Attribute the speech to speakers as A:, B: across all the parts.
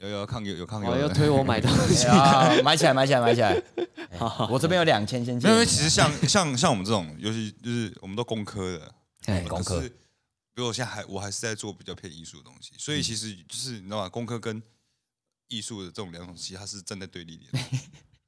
A: 有有抗有有
B: 哦
A: 抗
C: 我
A: 有
C: 哦要
A: 的。
C: 推我买东西。
B: 啊，买起来，买起来，买起 来！哎我这边有两千，先 借
A: 没有，因为
B: 你。
A: 其实像像像我们这种，尤其就是我们都工科的，
B: 哎，
A: 我
B: 工科
A: 可是，比如我现在还我还是在做比较偏艺术的东西，所以
B: 嗯
A: 其实就是你知道吗？工科跟艺术的这种两种，其实它是站在对立 点，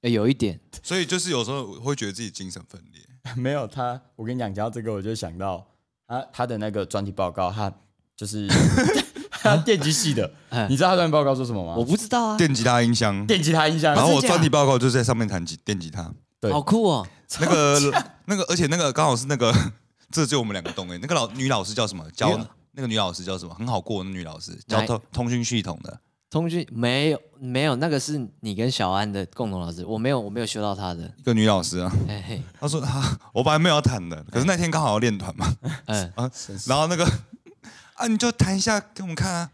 C: 哎有一点，
A: 所以就是有时候我会觉得自己精神分裂。
B: 没有他，我跟你讲，讲到这个，我就想到他他的那个专题报告，他就是 他电机系 的
C: 哎，
B: 你知道他专题报告说什么吗？
C: 我不知道啊，
A: 电吉他音箱，
B: 电吉他音箱，
A: 然后哦我
C: 真假
A: 专题报告就是在上面弹吉电吉他，
B: 对
C: 好酷哦，
A: 那个那个，而且那个刚好是那个， 这就我们两个懂哎。那个老女老师叫什么？
B: 女
A: 教
B: 老
A: 那个女老师叫什么？很好过的女老师，教
C: 哪
A: 通通讯系统的。
C: 通讯没有没有，那个是你跟小安的共同老师，我没有我没有修到他的，
A: 一个女老师啊，
C: 嘿嘿，
A: 她说啊，我本来没有要弹的，可是那天刚好要练团嘛，
C: 嗯，
A: 然后那个啊，你就弹一下给我们看 啊。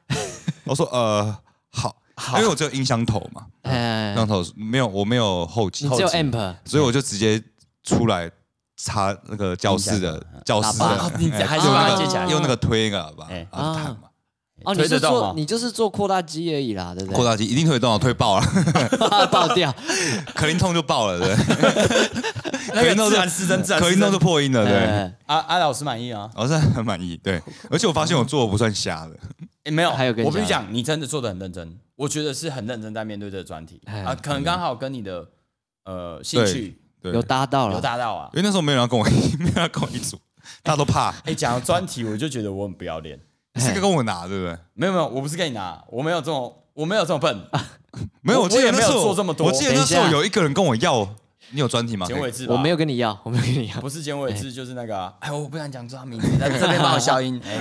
A: 我说呃，好，
B: 哎
A: 因为我只有音箱头嘛，
C: 哎
A: 音，箱头没有，我没有后期，
C: 你只有
A: 后期
C: amp，
A: 所以我就直接出来插那个教室
B: 音
A: 的 教室
C: 喇
B: 叭
A: 的，
B: 啊你
A: 哎
B: 还是
A: 用
C: 把它
A: 那个
C: 借起来
A: 用那个推那个喇叭，
B: 哎
A: 然后弹嘛。
C: 哦，你
B: 推
C: 是
B: 得动
C: 做
B: 吗
C: 你就是做扩大机而已啦，对不对？
A: 扩大机一定推动，推爆了，
C: 大爆 掉，
A: 可林痛就爆了， 对不对，可林痛
B: 自
A: 就
B: 然失真，自然
A: 可
B: 失
A: 林痛就
B: 真。
A: 破音了，对，
C: 哎，
B: 阿阿老师满意啊？
A: 我是很满意， 对，而且我发现我做的不算瞎的，
B: 哎，没有，
C: 还有跟你
B: 我必须
C: 讲
B: 讲，你真的做的很认真，我觉得是很认真在面对这个专题
C: 哎
B: 啊，可能刚好跟你的呃兴趣
A: 对，
C: 有
A: 因
C: 搭到
B: 有
C: 了，
B: 搭到啊。
A: 为那时候没有人要跟我， 没有人要跟我一组，大家都怕，
B: 哎，讲到专题，我就觉得我很不要脸。
A: 你是跟我拿，对不对？
B: 没有没有，我不是跟你拿，我没有这种，我没有这种笨。
C: 啊
A: 没有，
B: 我
A: 我记
B: 我也
A: 得那
B: 没有
A: 时候
B: 做这么多
A: 我记得那时
C: 等
A: 候
C: 一下
A: 有一个人跟我要，你有专题吗？
B: 简伟志吧，
C: 我没有跟你要，我没有跟你要，
B: 不是简伟志就是那个啊，哎，我不想讲出他名字，但这边帮我 消音。哎，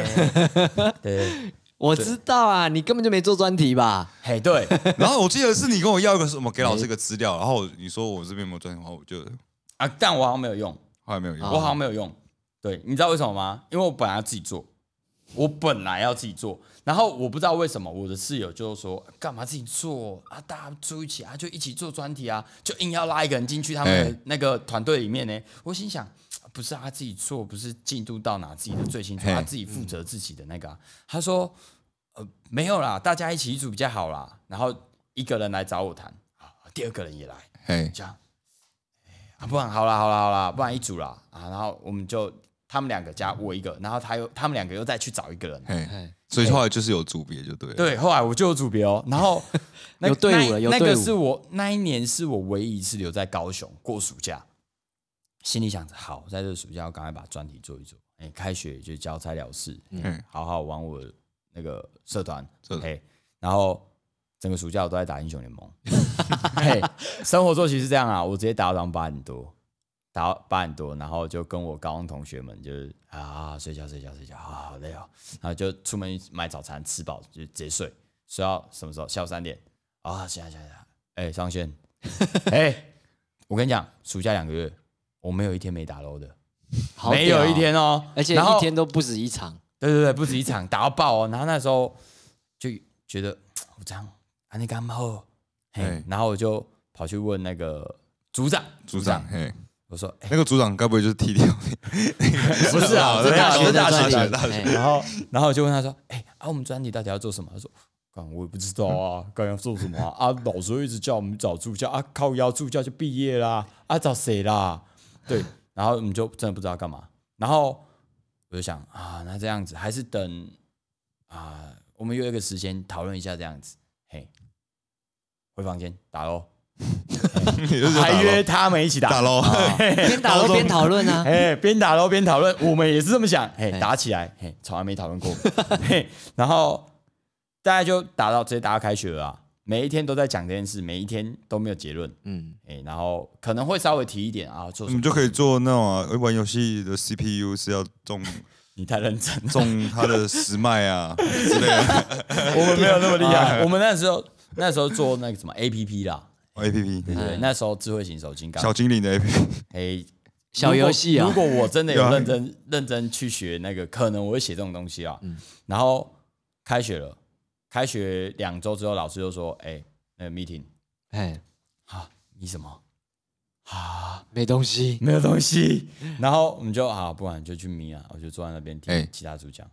B: 对，
C: 我知道啊，你根本就没做专题吧？
B: 嘿，哎对，
A: 可以然后我记得是你跟我要一个什么，给老
B: 哎
A: 师一个资料，然后你说我这边没有专题，然后我就
B: 啊，但我好像没有用，
A: 后来没有用
B: 啊我，好像没有用。对，你知道为什么吗？因为我本来要自己做，我本来要自己做，然后我不知道为什么我的室友就说干嘛自己做啊，大家住一起啊，就一起做专题啊，就硬要拉一个人进去他们的
A: 哎
B: 那个团队里面呢。我心想，不是他自己做，不是进度到哪自己的最清楚，
A: 嘿
B: 他自己负责自己的那个啊、他说，呃，没有啦，大家一起一组比较好啦。然后一个人来找我谈，啊，第二个人也来，
A: 嘿，
B: 这样，哎啊，不然好啦，好啦，好啦，不然一组啦啊，然后我们就他们两个加我一个，然后他又他们两个又再去找一个人，
A: 嘿，
C: 哎，
A: 所以后来就是有组别就对了，
B: 对，后来我就有组别哦，然后那
C: 有队伍了有
B: 那那
C: 队
B: 个
C: 伍
B: 是我那一年是我唯一一次留在高雄过暑假，心里想着好，在这个暑假我赶快把专题做一做，哎，开学也就交差了事，
A: 嗯
B: 嗯，好好玩我的那个社团
A: 社，团
B: 哎，然后整个暑假我都在打英雄联 盟，嘿，生活作息是这样啊，我直接打到早上八点多。打到八点多，然后就跟我高中同学们就是啊睡觉睡觉睡觉啊好累哦，然后就出门买早餐，吃饱就直接睡，睡到什么时候？下午三点啊，行啊行啊行啊，哎、张轩，哎、我跟你讲，暑假两个月，我没有一天没打 LO 的，
C: 好
B: 没有
C: 屌啊
B: 一，天哦，
C: 而且
B: 然后
C: 一天都不止一场，
B: 对对对，不止一场，打到爆哦。然后那时候就觉得我这样啊，你干嘛哦？嘿
A: 哎，
B: 然后我就跑去问那个组长，
A: 组长，嘿，
B: 我说，哎、
A: 那个组长该不会就是踢掉你？
B: 不 是啊，
A: 对
B: 大
A: 啊
B: 学
A: 对
B: 大
A: 啊
B: 学
A: 对啊
B: 的
A: 大学
C: 哎
B: 然后然后我就问他说：“哎、啊，我们专题到底要做什么？”他说：“干，我也不知道啊，干要做什么啊？啊，老师一直叫我们找助教啊，靠腰助教就毕业啦，啊，找谁啦？对，然后我们就真的不知道干嘛。然后我就想啊，那这样子还是等啊，我们约一个时间讨论一下这样子。嘿，回房间打喽，
A: 也就是打
B: 还
A: 咯
B: 约他们一起打哦
A: 打喽，
C: 哎哦 边打都边讨论啊，
B: 哎，边打喽边 讨论，我们也是这么想，嘿，打起来，嘿，从来没讨论过， 嘿，然后大家就打到直接打到开学了啊，每一天都在讲这件事，每一天都没有结论，
C: 嗯，
B: 哎，然后可能会稍微提一点啊，做
A: 你
B: 什么
A: 们就可以做那种、啊、玩游戏的 CPU 是要中
B: 你太认真了，
A: 中它的时脉啊之类的
B: 我们没有那么厉 啊害，我们那时候那时候做那个什么 A P P 啦，对
A: APP，
B: 不对？那时候智慧型手机刚
A: 小精灵的 APP，
B: 哎。
C: 小游戏啊
B: 如果如果我真的有
A: 对啊
B: 认真认真去学那个，可能我会写这种东西啊。
C: 嗯
B: 然后开学了，开学两周之后，老师就说：“哎、那个 meeting
C: 哎，
B: 啊，你什么啊？
C: 没东西，
B: 没有东西。” 然后我们就啊，不然就去 meet 啊，我就坐在那边听
A: 哎
B: 其他主讲。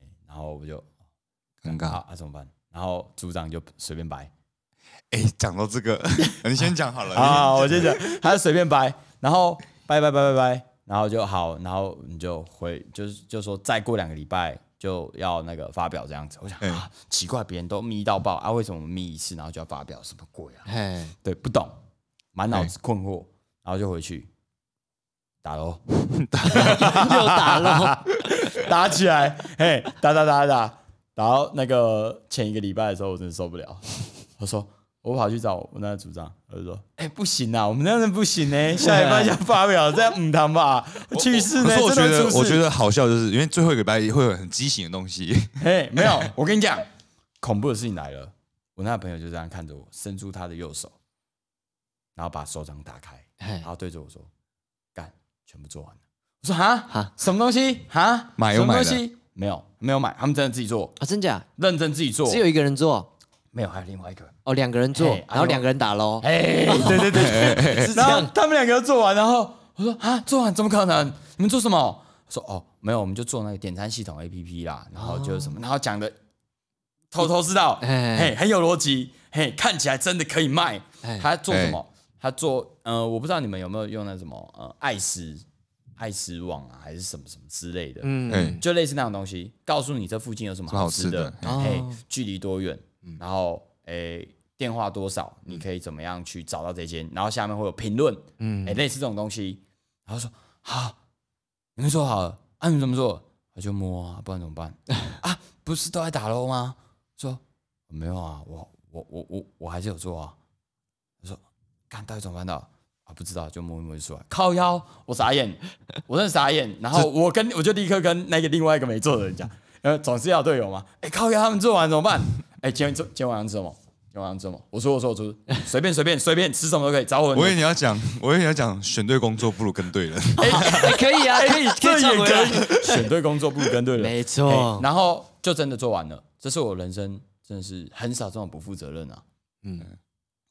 B: 哎然后我就
A: 尴
B: 啊
A: 尬，
B: 啊，怎么办？然后组长就随便掰。
A: 哎，讲到这个，你先讲 好了。
B: 啊，我先讲，他就随便掰，然后掰掰掰掰掰，然后就好，然后你就回，就是就说再过两个礼拜就要那个发表这样子。我想、
A: 嗯
B: 啊，奇怪，别人都眯到爆啊，为什么我们眯一次然后就要发表？什么鬼啊？
C: 嘿，
B: 对，不懂，满脑子困惑，然后就回去打喽，
C: 又打了，
B: 打起来，嘿，打打打打，打到那个前一个礼拜的时候，我真的受不了，我说。我跑去找我那个组长，我就说：“哎、不行啊，我们那样子不行呢、下礼拜就发表，这样唔谈 吧，去世呢、
A: 可是我
B: 真
A: 觉
B: 的
A: 得
B: 会出，事
A: 我觉，得好笑，就是因为最后一个礼拜会有很畸形的东西。
B: 嘿，没有，哎 我跟你讲，恐怖的事情来了。我那个朋友就这样看着我，伸出他的右手，然后把手掌打开，
C: 嘿
B: 然，后对着我说：“干，全部做完了。”我说：“哈
C: 哈
B: 哈，什么东西？哈，
A: 买有
B: 什么东
A: 买的
B: 西？没有，没有买，他们真的自己做，
C: 啊，真假？
B: 认真自己做。
C: 只有一个人做，
B: 没有，还有另外一个。
C: 哦，两个人做
B: 嘿，啊
C: 然后两个人打喽，
B: 哎，对对对对，
C: 是这
B: 然后
C: 样。
B: 他们两个都做完，然后我说：啊，做完怎么可能？你们做什么？说哦，没有，我们就做那个点餐系统 APP 啦，然后就是什么，然后讲的头头是道，
C: 哎
B: 嘿，很有逻辑，嘿，看起来真的可以卖
C: 哎。
B: 他做什么？他做呃，我不知道你们有没有用那什么呃，爱思爱思网啊，还是什么什么之类的，
A: 哎
C: 嗯，
B: 就类似那种东西，告诉你这附近有什么好吃的，
A: 什
C: 么好吃的
B: 哎、
C: 哦
B: 距离多远，然后哎、电话多少，你可以怎么样去找到这间，然后下面会有评论，嗯，哎、类似这种东西，然后说好，你们说好了，啊，你们怎么做？我就摸啊，不然怎么办？ 啊，不是都在打喽吗？说没有啊，我我我我我还是有做啊。我说干到底怎么办到？啊，不知道，就摸一摸就出来。靠腰，我傻眼，我真的傻眼。然后我跟我就立刻跟那个另外一个没做的人讲，呃，总是要有队友嘛。哎、靠腰，他们做完怎么办？哎、今天做今天晚上吃什么？今天晚上吃什么？我说我说我说，随便随便随便吃什么都可以，找我。
A: 我以为你要讲，我以为你要讲选对工作不如跟对人。
C: 哎可以啊，可以，可
B: 这
C: 以
B: 也
C: 唱回
B: 可
C: 来，
B: 以，选对工作不如跟对人，
C: 没
B: 嘿
C: 错。
B: 然后就真的做完了，这是我人生真的是很少这种不负责任啊。
C: 嗯，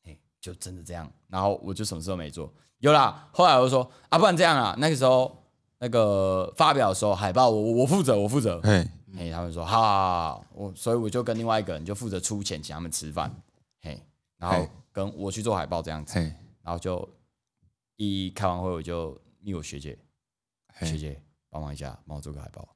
B: 哎，就真的这样。然后我就什么事都没做。有啦，后来我就说啊，不然这样啊，那个时候那个发表的时候，海报我我负责，我负责。
A: 哎，
B: 哎，他们说好好，好好我所以我就跟另外一个人就负责出钱请他们吃饭，嘿，然后
A: 嘿
B: 跟我去做海报这样子，
A: 嘿，
B: 然后就一开完会我就密我学姐，
A: 嘿
B: 学姐帮忙一下，帮我做个海 报。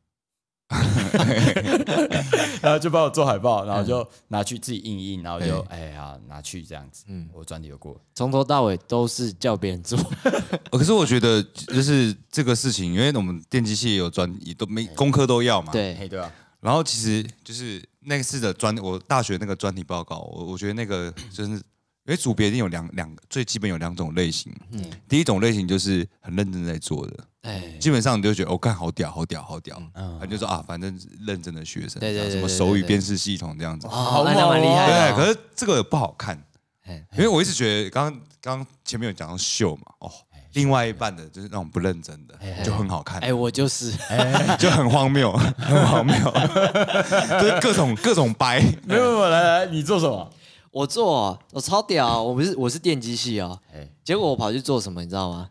B: 然后就帮我做海报，
A: 嗯
B: 然后就拿去自己印一印，然后就哎呀拿去这样子，嗯，我专题有过，
C: 从头到尾都是叫别人 做，
A: 呃可是我觉得就是这个事情，因为我们电机系也有专，也都没功课都要嘛。。
C: 对，
B: 嘿对啊，
A: 然后其实就是那次的专，我大学那个专题报告，我我觉得那个真是，因为组别一定有两两最基本有两种类型。嗯。第一种类型就是很认真在做的，
C: 哎，
A: 基本上你就觉得哦，干好屌，好屌，好屌。
B: 嗯
A: 嗯。他就说啊，反正是认真的学生，
C: 对对对
A: 什么
C: 对
A: 手语
C: 对
A: 辨识系统这样子。
C: 哦，那
B: 猛
C: 那
B: 哦
C: 蛮厉害的
A: 对，可
C: 哦。
A: 是这个不好看，
C: 哎
A: 因为我一直觉得刚刚刚前面有讲到秀嘛，哦，另外一半的就是那种不认真的，就很好看，
C: 哎，我就是，
A: 就很荒谬，很荒谬， 就是各种各种掰，
B: 没有没有，来来，你做什么？
C: 我做哦，我超屌哦，我不是我是电机系哦，
B: 哎，
C: 结果我跑去做什么，你知道吗？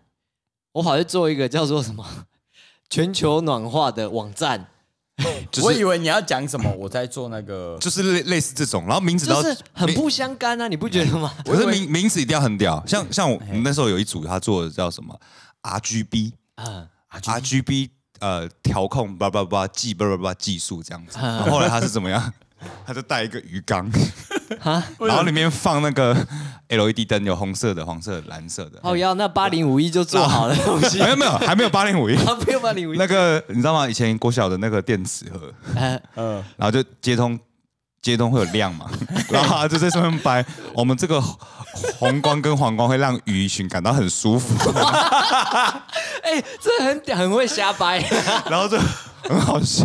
C: 我跑去做一个叫做什么 全球暖化的网站，
A: 就是
B: 我以为你要讲什么，我在做那 个，
A: 就是类类似这种，然后名字都
C: 就
A: 要
C: 是很，不相干啊，你不觉得吗？
A: 名可是名名字一定要很屌，像像我那时候有一组他做的叫什么 RGB
C: 啊，
A: RGB 呃调控叭叭叭技叭叭叭技术这样子，然后后来他是怎么样？ 他就带一个鱼缸。
C: 哈，
A: 然后里面放那个 LED 灯，有红色的、黄色的、蓝色的。
C: 哦要那八零五一就做好了东西
A: 没，有没有，还没有八零五一。
C: 啊不用八零五一
A: 那，个你知道吗？以前国小的那个电磁盒，
C: 哎
B: 嗯，
A: 然后就接通接通会有亮嘛，然后他就在上面掰。我们这个红光跟黄光会让鱼群感到很舒服，
C: 哎，这很屌很会 瞎掰，
A: 然后就很好笑。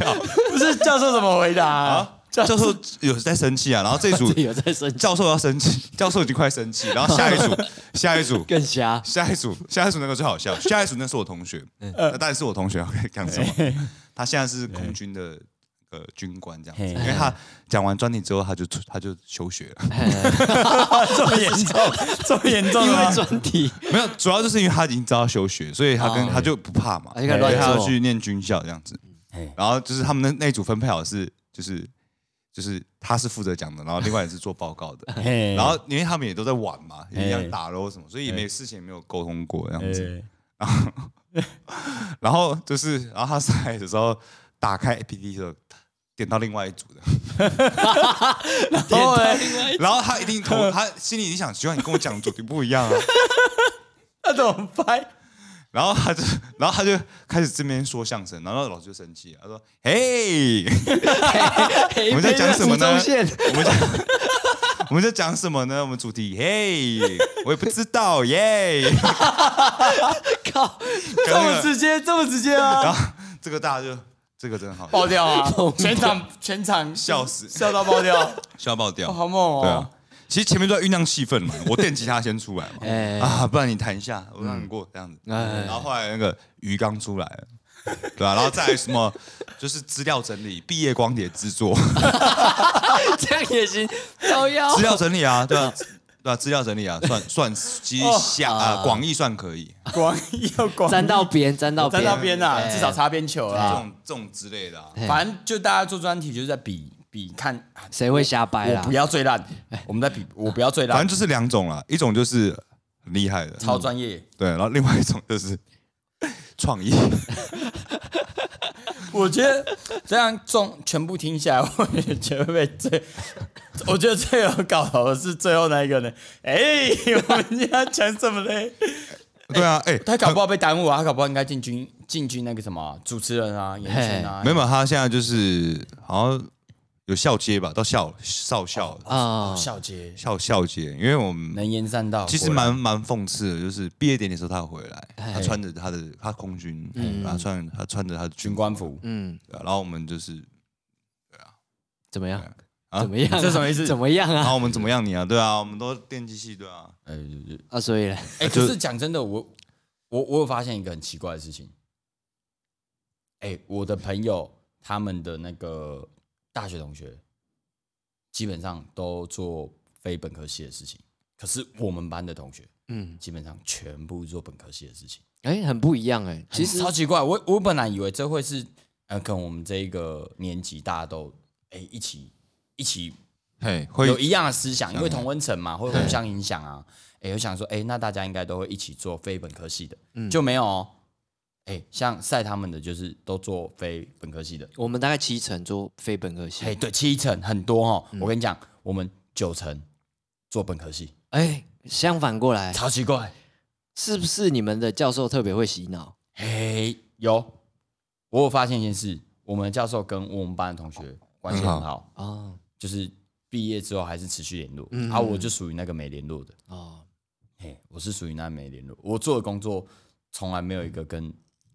B: 不是教授怎么回答啊？
A: 教授有在生气啊，然后这组
C: 这有在生气，
A: 教授要生气， 教授已经快生气，然后下一 组下一组
C: 更瞎，
A: 下一组，下一组那个最好笑。下一组那是我同学，
C: 嗯
A: 那当然是我同学。 讲什么？他现在是空军的呃军官这样子，
B: 嘿
A: 因为他讲完专题之后，他就出他就休学 了。
B: 这么严重，这么严重啊
C: 因为
B: 吗？
C: 专题，
A: 没有，主要就是因为他已经知道休学，所以他跟
C: 哦
A: 他就不怕嘛，
C: 他就开始乱
A: 所以他要
C: 做
A: 去念军校这样子
B: 嘿。，
A: 然后就是他们那那一组分配好是就是。就是他是负责讲的，然后另外人是做报告的
B: 嘿
A: 然后因为他们也都在玩嘛，
B: 哎
A: 也一样打咯什么，所以也没事情也没有沟通过这样子。
B: 呃哎
A: 然后就是，然后他上来的时候打开 APP 就点到另外一组的，
C: 点
A: 哦
C: 到
A: 哎
C: 另
B: 哎
C: 外一
A: 然后他一定头，他心里一定想，希望你跟我讲的主题不一 样啊。
B: 那怎么办？
A: 然后他就，然后他就开始这边说相声，然后老师就生气，他说：“嘿，
C: 黑
A: 我们在讲什么呢
C: 中线
A: 我们在我们在讲什么呢？我们主题嘿，我也不知道耶。
C: 靠，
A: 跟
B: 这
A: 那
B: 么
A: 个”
B: 直接，这么直接啊！
A: 然后这个大家就这个真的好
B: 爆 掉啊！全场全场
A: 笑死
B: 笑到爆掉，
A: 笑爆掉，
B: 哦好猛哦！
A: 对啊，其实前面都在酝酿气氛 嘛，我电吉他先出来嘛，
C: 哎
A: 啊，不然你弹一下，我让你过这样子。
C: 哎
A: 然后后来那个鱼缸出来了，对啊，然后再来什么， 就是资料整理、毕业光碟制 作、啊
C: 这样也行，高 腰
A: 资料整理啊，对
C: 哦
A: 啊，对啊，资料整理 啊，算算其实下啊广义算可以，
C: 啊
B: 广要广
C: 沾到边，沾到
B: 沾到边啊，
C: 哎
B: 至少擦边球
A: 这
B: 啦。
A: 种这种之类的啊。
C: 哎
B: 反正就大家做专题就是在比比看，
C: 谁会瞎掰啊
B: 我
C: 啦
B: 不？要最烂，我们在比我不要最
A: 哎反
B: 烂
A: 正，就是两种啦，一种就是很厉害的，
B: 超专业。
A: 对，然后另外一种就是创 意，
B: 我觉得这样中全部听下来，我也觉得被最，我觉得最有搞头的是最后那一个呢。哎， 我们今天要讲什么嘞？
A: 对啊，哎，
B: 他搞不好被耽误啊，他搞不好应该进军进军那个什么啊主持人啊、演员啊，
A: 没有，他现在就是好像有校街吧，到校少校了
C: 啊，
B: 小杰
A: 校校街，因为我们
B: 能言善道，
A: 其实
B: 果然
A: 蛮蛮讽刺的，就是毕业典礼的时候他回来，他穿着他的他空军，他穿他穿着他的
B: 军
A: 嗯军
B: 官服，
C: 嗯，
A: 对啊然后我们就是，
C: 怎么样？
A: 啊
C: 怎么样啊？
B: 这什么意思
C: 怎么样
A: 然
C: 啊？
A: 后我们怎么样你啊？对啊，我们都电机系，对啊，
B: 呃，
C: 啊，所以嘞，
B: 哎，
A: 就
B: 可是讲真的，我我我有发现一个很奇怪的事情，哎，我的朋友他们的那个大学同学，基本上都做非本科系的事情，可是我们班的同学
C: 嗯，
B: 基本上全部做本科系的事情。
C: 哎，很不一样哎。其实
B: 超奇怪，我我本来以为这会是呃，可能我们这一个年级大家都哎、一起一起
A: 嘿，会
B: 有一样的思想，因为同温层嘛，会互相影响啊。哎、我想说，哎、那大家应该都会一起做非本科系的，就没有、哦。哎、像赛他们的就是都做非本科系的，
C: 我们大概七成做非本科
B: 哎、
C: 系，
B: 对，七成很多哦。我跟你讲，我们九成做本科系，
C: 哎，相反过来，
B: 超奇怪。
C: 是不是你们的教授特别会洗脑？
B: 嘿，有，我有发现一件事，我们的教授跟我们班的同学关系很
A: 很好
B: 好
C: 哦
B: 就是毕业之后还是持续联络，
C: 嗯
B: 啊，我就属于那个没联络的，
C: 哦，
B: 嘿，我是属于那没联络，我做的工作从来没有一个跟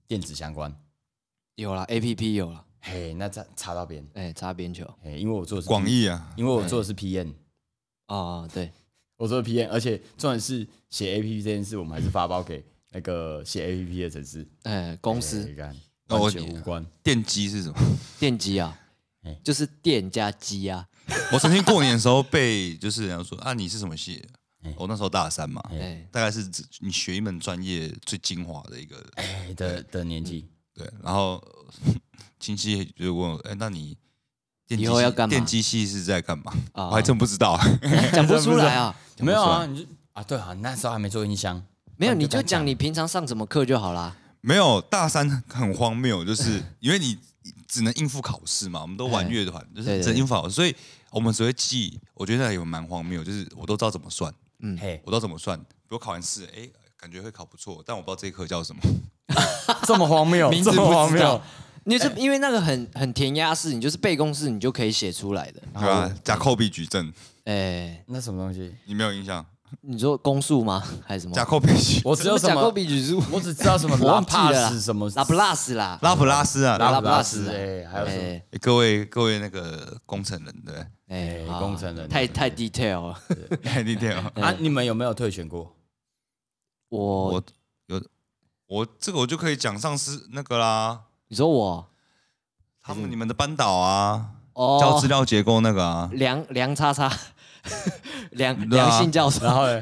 B: 电子相关，
C: 有啦 a P P 有啦，
B: 嘿，那差差到边，
C: 哎，擦边球啊
B: 嘿，因为我做的是
A: 广，义啊，
B: 因为我做的是 PM，，
C: 哦对，
B: 我做的 PM，而且重点是写 APP 这件事，我们还是发包给那个写 APP 的城市
C: 哎，公司
B: 你看，
A: 那我
B: 完
A: 问
B: 全
A: 你
B: 无关，
A: 电机是什么？
C: 电机啊
B: 哎，
C: 就是电加机啊，
A: 我曾经过年的时候被就是人家说啊，你是什么系的
B: 哎？
A: 我那时候大三嘛，
C: 哎，
A: 大概是指你学一门专业最精华的一个
B: 哎的的年纪，
A: 对，然后 亲戚就问我，哎，那你电机
C: 以后要
A: 系
C: 干嘛
A: 电机系是在干嘛？
C: 啊
A: 我还真不知道。
C: 哎讲不出来啊，
A: 讲不出来
B: 没有啊，你就啊，对啊，那时候还没做音 箱，哦
C: 没有
B: 那
C: 你就
B: 跟他
C: 讲你平常上什么课就好啦。
A: 没有大三很荒谬，就是 因为你只能应付考试嘛，我们都玩
C: 哎
A: 乐团，就
C: 对
A: 是
C: 对
A: 只能应付考试，所以我们只会记。我觉得那也蛮荒谬，就是我都知道怎么算，
B: 嘿
A: 我，都知道怎么算。比如考完试，哎，感觉会考不错，但我不知道这一科叫什么。
B: 这么荒 谬，
C: 名字
B: 这么
C: 不
B: 荒
C: 知
B: 谬
C: 道。你就是因为那个很很填鸭式，你就是背公式，你就可以写出来的。
A: 对吧？假扣比矩阵，
C: 哎，
B: 那什么东西？
A: 你没有印象？
C: 你说公数吗？还是什么？
A: 假扣比矩，
B: 我只有什
C: 甲
B: 么
C: 沟？比矩数，
B: 我只知道什么
C: 我
B: 拉
C: 忘记
B: 帕
C: 了啦
B: 斯什么
C: 拉布拉斯啦，
A: 拉普拉斯啊，
B: 拉
C: 拉
B: 普
C: 普
B: 拉
C: 拉
B: 斯
C: 斯啊
B: 哎，还有什么？
C: 哎
A: 各位各位那个工程人，对，
C: 哎
B: 哎，
C: 好
B: 工程人
C: 太太 detail 了。
A: 你听哦
B: 啊？你们有没有退选过？
C: 我哦
A: 我有我这个我就可以讲上司那个啦，
C: 你说我
A: 他们你们的班导啊，教
C: 嗯哦
A: 资，料结构那个啊，
C: 梁梁叉 叉，梁
A: 对啊
C: 梁姓教授
B: 然后呢？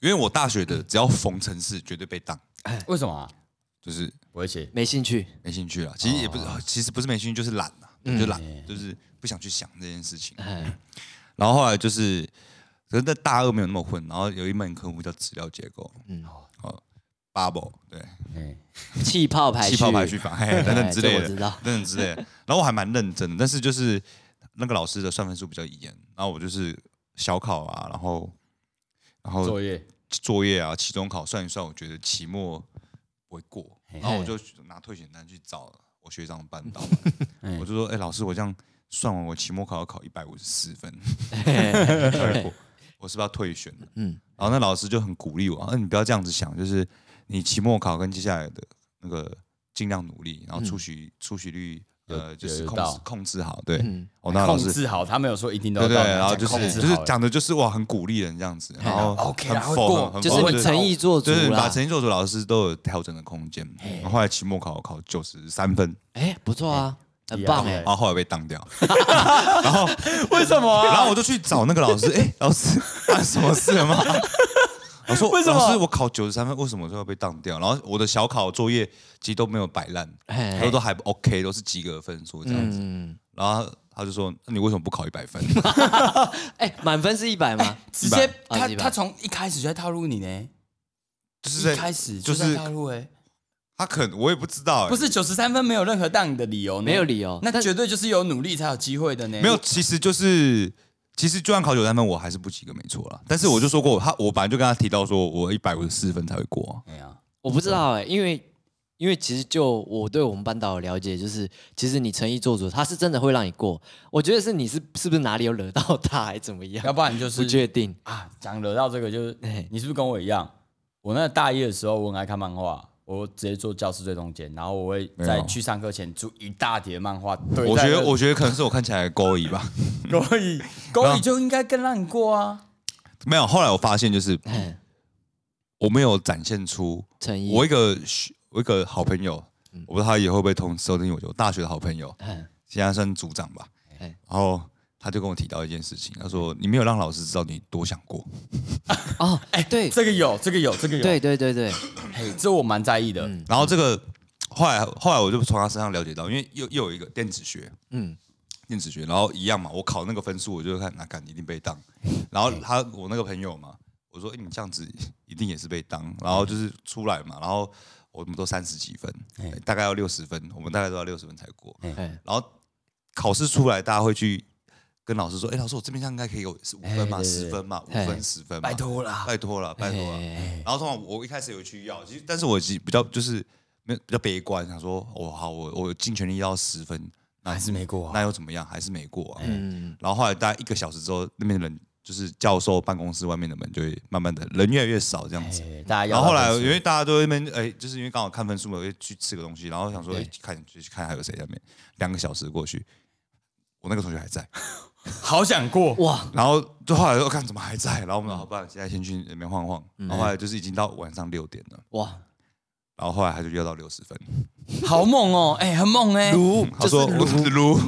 A: 因为我大学的只要逢城市绝对被当，
B: 为什么啊？
A: 就是
B: 我会写
C: 没兴趣哦
A: 没兴趣了。其实也不是，其实不是没兴趣，就是懒啊。我就懒，就是不想去想这件事情。
C: 嗯哎，
A: 然后后来就是，可是在大二没有那么混，然后有一门科目叫资料结构哦
C: 嗯，
A: （bubble），对，
B: 哎，
C: 气泡排序，
A: 气泡 排序法，嘿，等等之类
C: 哎这我
A: 的，
C: 知道
A: 等等之类的。然后我还蛮认真的，但是就是那个老师的算分数比较严，然后我就是小考啊，然后然后
B: 作业
A: 作业啊，期中考算一算，我觉得期末不会过，然后我就拿退选单去找我学长班 导，
B: 哎
A: 我就说：“哎、老师，我这样算完，我期末考要考一百五十四分，
C: 哎
A: 才会过，我是不是要退选了？”
C: 嗯
A: 嗯，然后那老师就很鼓励我：“啊，你不要这样子想，就是你期末考跟接下来的那个尽量努力，
C: 嗯
A: 然后出席、出席率呃
B: 有
A: 就是
B: 有
A: 控
B: 到
A: 制控制好。”对，
C: 嗯
A: 哦，那老
B: 控
A: 师
B: 制好，他没有说一定都
A: 对
B: 要
A: 对，
B: 到，
A: 然后就
B: 控
A: 是
B: 制
A: 就是
B: 好了
A: 讲的就是哇，很鼓励人这样子，然后
B: 然后 OK
A: 很
B: 啦会
A: 否
B: 过
A: 哦很
C: 就
A: 否
C: 是
A: 很
C: 你诚意做足
A: 对，把
C: 啦。
A: 成绩做出老师都有调整的空间。然后后来期末考我考九十三分，
C: 哎，不错啊，很
B: 一样
C: 棒
B: 对
C: 哎
A: 然。后后来被当掉，
B: 为什么啊？
A: 然后我就去找那个老师， 哎，老师发生什么事了吗？ 我说
B: 为什么
A: 老师，我考九十三分，为什么最后被当掉？然后我的小考作业其实都没有摆烂，
C: 哎
A: 都都还 OK，都是及格分数这样子。
C: 嗯，
A: 然后他就说：“那你为什么不考一百 分？”
C: 哎，满分是一百吗？
B: 直
A: 一
B: 接
A: 百
B: 他
C: 啊一百
B: 他从一开始就在套路你呢，
A: 就是
B: 一
A: 在
B: 开始
A: 就
B: 在
A: 是
B: 套路哎，
A: 他可能我也不知道，哎
B: 不是九十三分没有任何当你的理由呢，
C: 没有理由啊
B: 那
C: 但
B: 绝对就是有努力才有机会的呢，
A: 没有，其实就是其实就算考九三分，我还是不及格，没错啦。但是我就说过，他我本来就跟他提到说，我一百五十四分才会过啊、
B: 哎呀，
C: 我不知道哎，因为因为其实就我对我们班导的了解，就是其实你诚意做足，他是真的会让你过。我觉得是你是是不是哪里有惹到他，还怎么样
B: 要？不然就
C: 不
B: 是
C: 确定。
B: 啊，讲惹到这个就是
C: 哎，
B: 你是不是跟我一样？我那大一的时候，我很爱看漫画，我直接坐教室最中间，然后我会
A: 没有
B: 在去上课前租一大叠漫画。对
A: 我
B: 在
A: 觉
B: 那
A: 得，我觉得可能是我看起来勾引吧。
B: 狗乙狗乙就应该更让你过啊。
A: 没有，后来我发现就是
C: 哎
A: 我没有展现出
C: 诚意，
A: 我一个学我一个好朋友，我不知道他以后会不会通收听我，我大学的好朋友，
C: 哎
A: 现在算组长吧。
C: 哎
A: 然后他就跟我提到一件事情，他说你没有让老师知道你多想过。
C: 哦，哎，对
B: 这个有，这个有，这个有。
C: 对，对对对，
B: 嘿，这我蛮在意的。
A: 然后这个后来后来我就从他身上了解到，因为又又有一个电子学，
C: 嗯
A: 嗯，电子学，然后一样嘛，我考那个分数，我就看那肯一定被当。然后他我那个朋友嘛，我说、欸、你这样子一定也是被当，然后就是出来嘛，然后我们都三十几分，
B: 哎
A: 大概要六十分，我们大概都要六十分才过。
C: 哎
A: 然后考试出来，大家会去。跟老师说，哎、老师，我这边这样应该可以有五分
B: 哎
A: 嘛，
B: 对
A: 十、
B: 对
A: 分嘛，五
C: 哎
A: 分十分嘛，
B: 拜托啦，
A: 拜托了，拜托了。
C: 哎
A: 然后通常我一开始有去要，其实但是我其实比较就是没有比较悲观，想说哦好，我我尽全力要十分，
B: 还是没过
A: 那
B: 啊。
A: 又怎么样？还是没过啊。
C: 嗯，
A: 然后后来大概一个小时之后，那边的人就是教授办公室外面的门就会慢慢的人越来越少这样子。
B: 哎大家要
A: 然
B: 到
A: 后后来
B: 分数
A: 因为大家都在那边哎，就是因为刚好看分数嘛，我就去吃个东西，然后想说
C: 对
A: 哎看就去看还有谁在那边，两个小时过去。我那个同学还在，
B: 好想过，
C: 哇，
A: 然后就后来又看怎么还在，然后我们老板现在先去那边晃晃，然后后来就是已经到晚上六点了，
C: 哇，
A: 然后后来他就要到六十分，
B: 好猛哦，哎，很猛哎。
A: 撸，他说我撸，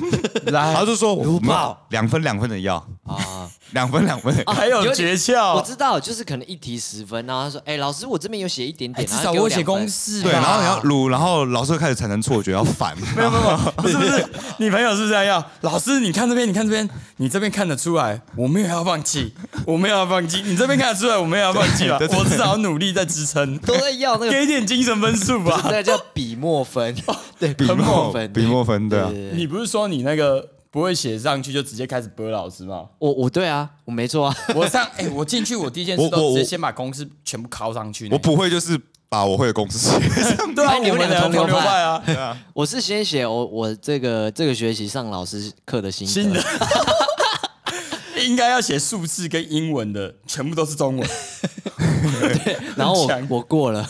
B: 来
A: 他，就说我们
C: 爆
A: 两分两分的要，
C: 啊，
A: 两分两分的
B: 还有诀
C: 我
B: 窍。
C: 知道，就是可能一题十分，然后他说，哎，老师，我这边有写一点
B: 哎，
C: 点，
B: 至
C: 然后
B: 少
C: 给
B: 我有
C: 两
B: 写公
C: 分
B: 式吧。
A: 对，然后你要撸，然后老师会开始产生错觉，要反，然后
B: 不是不是，你朋友是不是这样要？老师，你看这边，你看这边，你这边看得出来，我没有要放弃，我没有要放弃。你这边看得出来，我没有要放弃吧？
A: 对对对
B: 我至少努力在支 撑，
C: 都在要那个，
B: 给一点精神分数
C: 那
B: 吧。哦
C: 个叫笔墨分，对，
A: 笔
C: 墨
A: 墨
C: 分，
A: 笔墨分
C: 对，
A: 对啊
C: 对，对对
B: 你不是说你那个不会写上去就直接开始播老师吗？
C: 我我对啊，我没错啊，
B: 我上，哎、我进去我第一件事
A: 我
B: 都
A: 我
B: 直接
A: 我
B: 先把公式全部拷上去呢。
A: 我不会就是把我会的公式写 上，
B: 对啊，
C: 哎你
B: 我
C: 们
B: 们
C: 两个
B: 两个
C: 同
B: 同
C: 流
B: 流
C: 派
B: 派啊，
C: 我是先写我我这个这个学期上老师课的心
B: 新
C: 得
B: 的， 应该要写数字跟英文的，全部都是 中文。
C: 然后
B: 很强
C: 我我过了，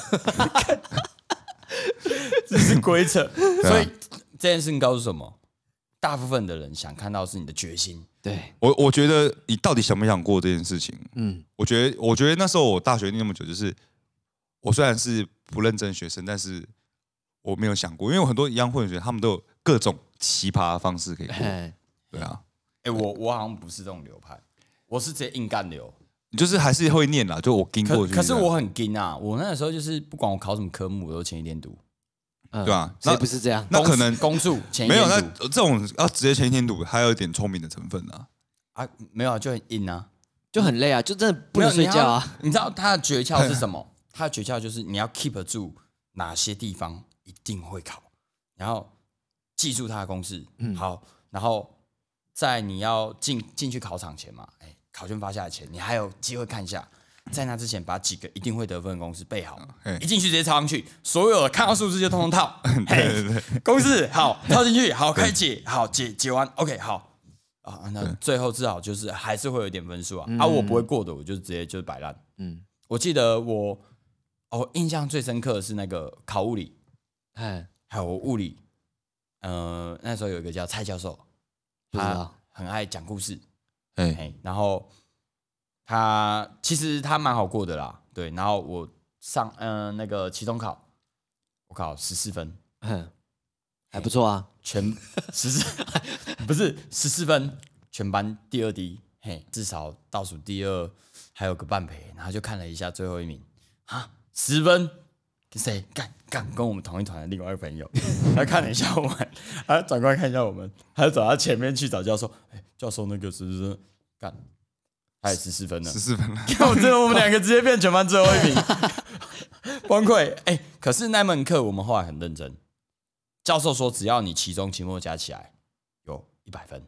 B: 这是规则。
A: 啊
B: 所以这件事情告诉什么？大部分的人想看到是你的决心，
C: 对，
A: 我我觉得你到底想没想过这件事情？
C: 嗯，
A: 我觉得我觉得那时候我大学念那么久，就是我虽然是不认真的学生，但是我没有想过，因为我很多一样混的学生，他们都有各种奇葩的方式
B: 哦
A: 可以过，
C: 哎
A: 对啊。
B: 哎、我我好像不是这种流派，我是直接硬干流。
A: 你就是还是会念啦，就我跟
B: 可
A: 过去这样。
B: 可是我很硬啊，我那个时候就是不管我考什么科目，我都前一天读，
C: 嗯
A: 对吧？
C: 谁
A: 那
C: 不是这样？
A: 那可能
B: 公诉前一
A: 没有，那
B: 天
A: 这种要直接前一天赌，还有一点聪明的成分啊。
B: 啊，没有啊就很硬啊，
C: 就很累啊，就真的不能
B: 没
C: 睡
B: 有
C: 觉啊。。
B: 你要你知道它的诀窍是什么？ 它的诀窍就是你要 keep 住哪些地方一定会考，然后记住它的公式。
C: 嗯
B: 好，然后在你要进进去考场前嘛，哎，考卷发下来前，你还有机会看一下。在那之前，把几个一定会得分的公式背
C: 嗯
B: 好，
A: 嘿
B: 一进去直接抄上去，所有的看到数字就通通 套。哎对对对，公式好套进去，好开始解，好解解完，OK，好，啊，那最后至少就是还是会有一点分数啊。啊，我不会过的，我就直接就是摆烂。
C: 嗯，
B: 我记得我哦，印象最深刻的是那个考物理，
C: 哎，
B: 还有我物理，呃，那时候有一个叫蔡教授，
C: 不知
B: 他
C: 道，
B: 很爱讲故事，
A: 哎，
B: 嘿，然后他其实他蛮好过的啦，对。然后我上嗯、呃那个期中考，我考十四分，
C: 嗯，还不错啊。
B: 全十四不是十四分，全班第二低，嘿，至少倒数第二还有个半陪，然后就看了一下最后一名啊，十分跟谁干干跟我们同一团的另外一个朋友，他看了一下我们，他转过来看一下我们，他就走到前面去找教授，哎、教授那个是不是干？他也十四分了
A: 十，四分了，啊
B: 我真的，我们两个直接变全班最后一名，崩溃。哎、可是那门课我们后来很认真，教授说只要你期中、期末加起来有一百分，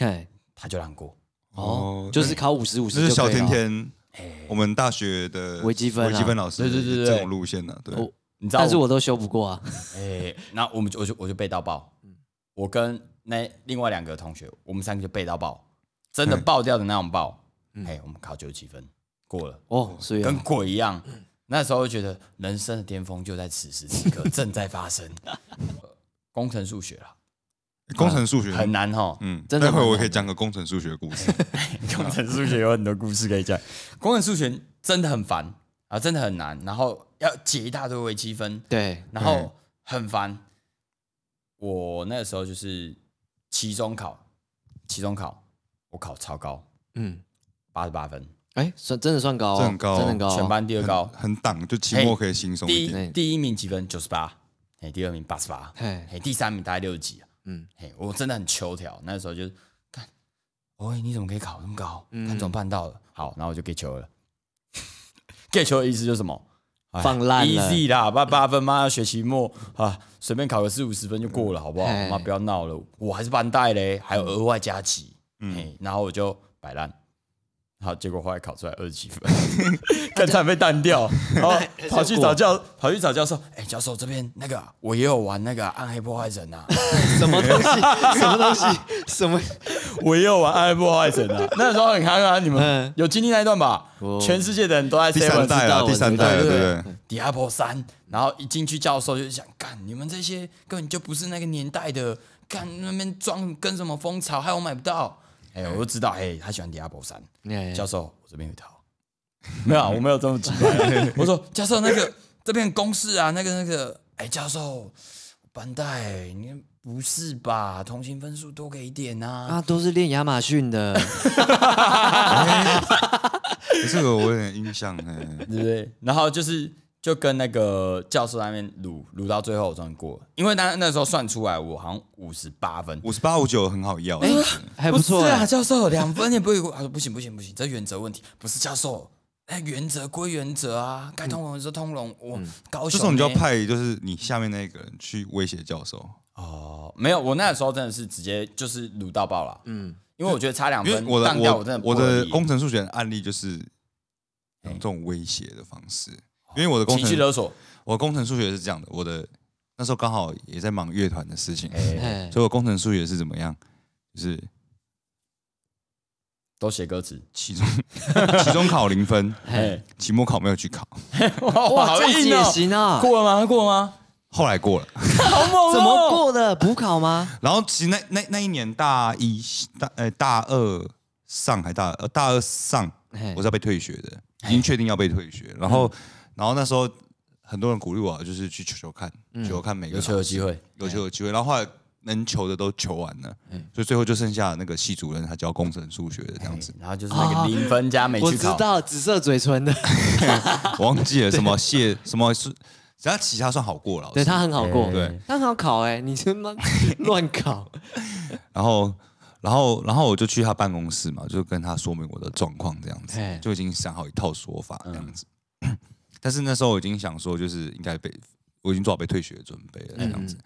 C: 哎，
B: 他就让过。
C: 哦
A: 哦，
C: 就是考五十五
A: 这
C: 十
A: 是
C: 就
A: 小
C: 可以
A: 甜
C: 了。
A: 甜，我们大学的
C: 微积分啊
A: 微积分老师，
B: 对对对对
A: 这种路线呢，对，
C: 哦
B: 你知道？
C: 但是我都修不过 啊。
B: 哎、那我们就我就我就背到爆。我跟那另外两个同学，我们三个就背到爆，真的爆掉的那种爆。哎、我们考九十七分过了。
C: 哦，所嗯以啊
B: 跟鬼一样。那时候觉得人生的巅峰就在此时 此刻正在发生。工程数学啦，
A: 工程数学
B: 很，难哈。
A: 嗯，
C: 真的
A: 待会
C: 蛮
A: 我
C: 难啊
A: 可以
C: 的
A: 讲个工程数学的故 事。
B: 工程数学有很多故事可以讲， 工程数学真的很烦啊，真的很难。然后要解一大堆微积分，
C: 对，
B: 然后很烦。我那个时候就是期中考，期中考我考超高，
C: 嗯，
B: 八十八分，
C: 哎，算真的算高哦，
A: 这很高哦
C: 真的很高哦。
B: 全班第二高。啊
A: 很挡，就期末可以轻松
B: 第
A: 一点。
C: 哎
B: 一第一名几分？九十八。哎，第二名八十八。
C: 嘿，
B: 嘿，第三名大概六十几啊。
C: 嗯
B: 嗯，嘿，我真的很求条，那时候就是看，喂，你怎么可以考那么高？
C: 嗯
B: 看怎么办到的？好，然后我就给球了。 给球的意思就是什么？哎
C: 放烂了
B: ，easy 啦， 八八分，妈学期末啊，随便考个四五十分就过了，好不好
C: 嘿？
B: 妈不要闹了，我还是班带嘞，还有额外加级，嘿，然后我就摆烂。好，结果后来考出来二十七分， 更惨被淡掉，然后跑去找教，跑去找教授，哎、教授这边那个啊我也有玩那个啊暗黑破坏神啊，
C: 什么东西？什么东 西？什么？
B: 我也有玩暗黑破坏神啊，那时候很夯啊，你
C: 嗯
B: 们有经历那一段吧？
C: 哦
B: 全世界的人都在
A: 第三
B: seven
A: 代啊，
C: 我
A: 第
C: 知道
A: 三代啊，
C: 我
A: 对
C: 知道
A: 不对？
B: Diablo 三，然后一进去教授就想，干你们这些根本就不是那个年代的，干那边装跟什么风潮，害我买不到。哎、我就知道，哎、他喜欢 Diablo 三，
C: 哎
B: 教授，我这边有一套。 没有啊，我没有这么直 白。我说教授，那个这边公式啊，那个那个，哎，教授，班代，哎你不是吧？同情分数多给一点啊。
C: 啊，都是练亚马逊的，
A: 这个我有点印象哎。
B: 对不对？然后就是就跟那个教授那边撸撸到最后，我终于过了，因为那那时候算出来我好像五十八分，
A: 五十八五九很好
C: 哎
A: 要，
C: 还不错
B: 是啊，
C: 哎。
B: 教授两分也不会过。啊他说不行不行不行，这原则问题，不是教授。哎，原则归原则啊，该通融的时候通融。我、高
A: 这
B: 雄
A: 时候你就
C: 欸
A: 要
B: 呢
A: 派就是你下面那个人去威胁教授，
B: 哦，没有，我那时候真的是直接就是卤到爆了，
C: 嗯，
B: 因为我觉得差两
A: 因为
B: 分
A: 我的
B: 当掉
A: 我
B: 我真的
A: 我
B: 不乐
A: 的
B: 意
A: 工程数学的案例就是
C: 哎
A: 用这种威胁的方式，
C: 哦
A: 因为我的工
B: 情绪
A: 程
B: 勒索，
A: 我的工程数学是这样的，我的那时候刚好也在忙乐团的事情，
B: 哎，
C: 哎，
A: 所以我工程数学是怎么样，就是
B: 都写歌词，
A: 期中 期中考零分，
B: 哎，
A: 期末考没有去考，
B: 哇，哇
C: 哇，
B: 好
C: 这样子
B: 硬
C: 也
B: 哦，
C: 行啊？
B: 过了吗？过了吗？
A: 后来过了。
B: 好猛哦，
C: 怎么过的？补考吗？
A: 然后其实那那那一年大一大呃大二上还大呃大二上，
C: 嘿嗯
A: 我是要被退学的，已经确定要被退学。然后、然后那时候很多人鼓励我，啊就是去求求看，
C: 嗯
A: 求求看每个
B: 有球有机会，
A: 有球有机会。然后后来能求的都求完了，
C: 嗯
A: 所以最后就剩下那个系主任他教工程数学的这样子，
B: 然后就是那个零分加没
C: 我
B: 去
C: 知
B: 考，
C: 道，紫色嘴唇的，
A: 我忘记了什么谢什么是只要其他算好过了。
C: 对他很好过，
A: 对
C: 他很好考哎、你他 妈乱考，
A: 然后，然后，然后我就去他办公室嘛，就跟他说明我的状况这样子
C: 嘿，
A: 就已经想好一套说法这样子。 但是那时候我已经想说，就是应该被我已经做好被退学的准备了这样子。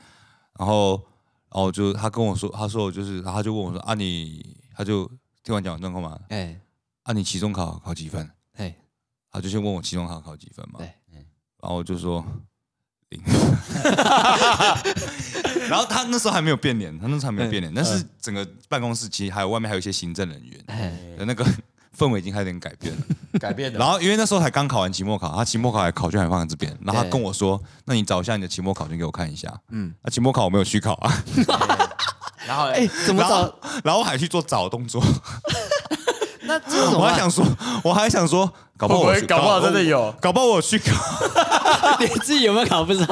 A: 然后，然后就他跟我说，他说我就是，然后他就问我说啊你，他就听完讲完状况嘛，
C: 哎
A: 啊你期中考考几分？
C: 哎，
A: 他就先问我期中考考几分嘛，
C: 对
A: 然后我就说零，然后他那时候还没有变脸，他那时候还没
B: 嗯
A: 有变脸，但是整个办公室其实还有外面还有一些行政人员
C: 哎
A: 的那个 氛围已经开始有点改变了。
B: 改变的。
A: 然后因为那时候才刚考完期末考，他期末考还考卷还放在这边，然后他
C: 对
A: 跟我说：“那你找一下你的期末考卷给我看一下。”嗯
C: 嗯，
A: 那期末考我没有去考啊，
B: 然后
C: 哎
B: 嘞，，
C: 怎么
A: 然后
C: 找？
A: 然后我还去做找动作，
C: 那这种
A: 我还
C: 啊，
A: 想说，我还想说，搞不好我去
B: 搞不好真的有
A: 搞不好我去考。
C: 你自己有没有考不上？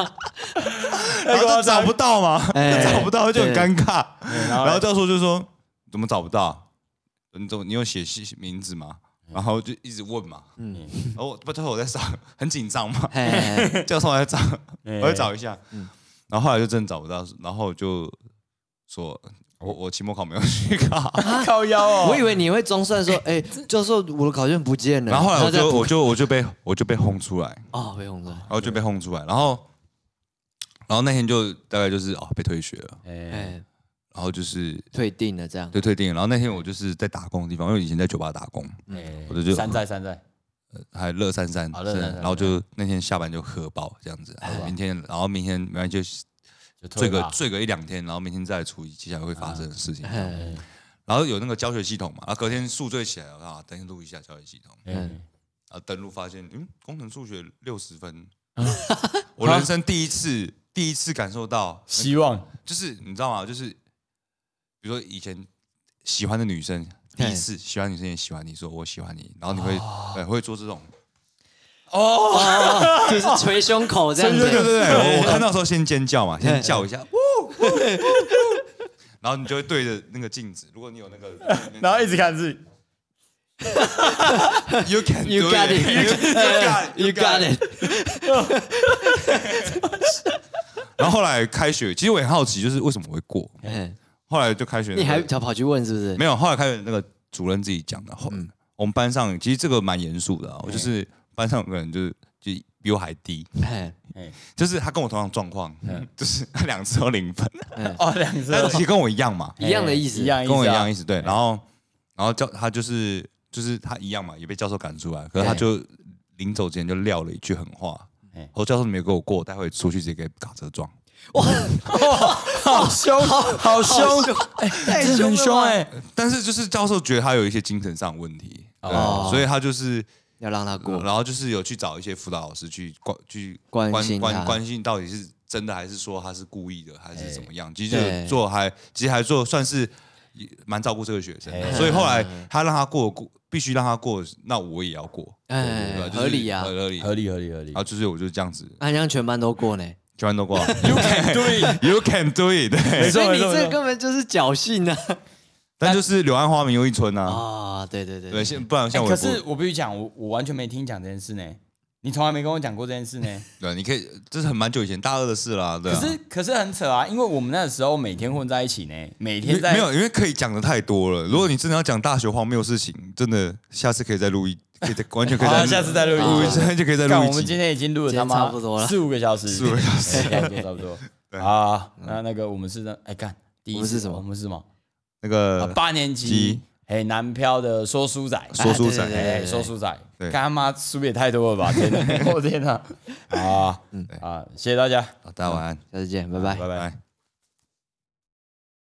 A: 然后就找不到嘛，
C: 哎
A: 就 找不到就很
C: 对
A: 尴尬。
B: 然后
A: 然后
B: 嘞
A: 教授就说：“怎么找不到？你怎么你有写信名字吗？”然后就一直问嘛，嗯，然后我不教授我在上， 很紧张 嘛，
C: 哎，
A: 教授我在找，
B: 哎
A: 我在找一下，然后后来就真的找不到，然后我就说我我期末考没有去考，
B: 靠腰哦，
C: 我以为你会装蒜说，哎，教授，我的考卷不见了。
A: 然后后来我
C: 再
A: 就
C: 补
A: 我就我就被我就被轰出来，
C: 哦，被红了，
A: 然后就被轰出来，然后然后那天就大概就是哦被退学了，
B: 哎，
C: 哎，
A: 然后就是
C: 退订了这样。
A: 对，退订了。然后那天我就是在打工的地方，因为我以前在酒吧打工，我就就
B: 哎山寨山寨，
A: 还有乐三三，
B: 啊乐山山
A: 然后就那天下班就喝爆这样子，然后明天，然后明天没关系，就
B: 就退
A: 醉个
B: 吧
A: 醉个一两天，然后明天再来处理接下来会发生的事情。
C: 哎
A: 然后有那个教学系统嘛，然后隔天宿醉起来了啊，登录一下教学系统，
B: 嗯
A: 然后登录发现，嗯，工程数学六十分，
B: 嗯
A: 我人生第一次第一次感受到，
B: 希望
A: 就是你知道吗？就是比如说以前喜欢的女生，第一次喜欢女生也喜欢你说我喜欢你，然后你会对会做这种。
C: 哦，就是捶胸口这样
A: 对对对
C: 子。
A: 对对，我我看到的时候先尖叫嘛，先叫一下，呜，然后你就会对着那个镜子，如果你有那个，
B: 然后一直看自己，
A: you can
C: You
A: do
C: got it.
A: it,
C: You got it。
A: 然后后来开学，其实我也很好奇，就是为什么我会过。
C: 哎，
A: 后来就开学那个，
C: 你还跑跑去问是不是？
A: 没有？后来开学那个主任自己讲的，后我们班上其实这个蛮严肃的啊，我就是班上有个人就是就比我还低，
C: 哎，
A: 就是他跟我同样状况，就是他两次都零分，
B: 哦，两只
A: 但是也跟我一样嘛，
C: 一样的意思
B: 一样
A: 跟我一样
B: 意
A: 意
B: 思
A: 思，对。然后，然后教他就是就是他一样嘛，也被教授赶出来，可是他
C: 对
A: 就临走之前就撂了一句狠话
B: 哎。
A: 我教授你没有给我过，待会出去直接给卡车撞。
B: 啊，好凶，好凶，哎，真的很凶哎，
A: 但是就是教授觉得他有一些精神上的问题，对
C: 哦
A: 所以他就是，
C: 要让他过。
A: 然后就是有去找一些辅导老师去关去
C: 关
A: 关
C: 心
A: 关
C: 他
A: 关心到底是真的还是说他是故意的还是怎么样？其实
C: 对
A: 就做还其实还做算是也蛮照顾这个学生的，
B: 哎
A: 所以后来他让他过过必须让他过，那我也要过。对吧
C: 哎，
A: 就是
C: 合理呀
A: 合，合理。
B: 合理合理合理
A: 然后就是我就这样子，
C: 那让全班都过呢。
A: 全班都 过了
B: ，You can do it，
A: You can do it 对，
C: 所
B: 错
C: 以
B: 没
C: 你
B: 错没
C: 这
B: 错
C: 根本就是侥幸啊！
A: 但就是柳暗花明又一村啊。
C: 啊，对对对
A: 对，现不然像
B: 哦哎
A: 我
B: 可
A: 也
B: 是
A: 不，
B: 我必须讲，我我完全没听你讲这件事呢，你从来没跟我讲过这件事呢。
A: 对，你可以，这是很蛮久以前大二的事啦， 对
B: 可
A: 啊。
B: 是可是很扯啊，因为我们那时候每天混在一起呢，每
A: 因
B: 天
A: 为
B: 在嗯
A: 没有，因为可以讲的太多了。如果你真的要讲大学荒谬的事情，真的下次可以再录一，可以再完全可以
B: 好
A: 再
B: 下次再录
A: 录
B: 一
A: 一
B: 集。
A: 次，就可以再
B: 看
A: 录一
B: 我们
A: 集。
B: 今天已经录了
C: 今
B: 他
C: 天
B: 妈
C: 差不多了
B: 四五个小时，四
A: 五个小
B: 时，差不多差不 多。啊，那那个我们是那哎干，第一
C: 我们是什么
B: 我们是什么？
A: 那
B: 啊
A: 个
B: 八年级
A: 级，
B: 哎，南漂的说书仔，
A: 说书
C: 啊对对
A: 仔，
C: 对
B: 哎，说书仔，
A: 对
B: 干他妈书也太多了吧！ 天
A: 嗯
B: 哪，我天哪！啊啊，谢谢大家，
A: 好大家晚安，
C: 下次见，拜拜。
B: 拜拜。
A: 拜。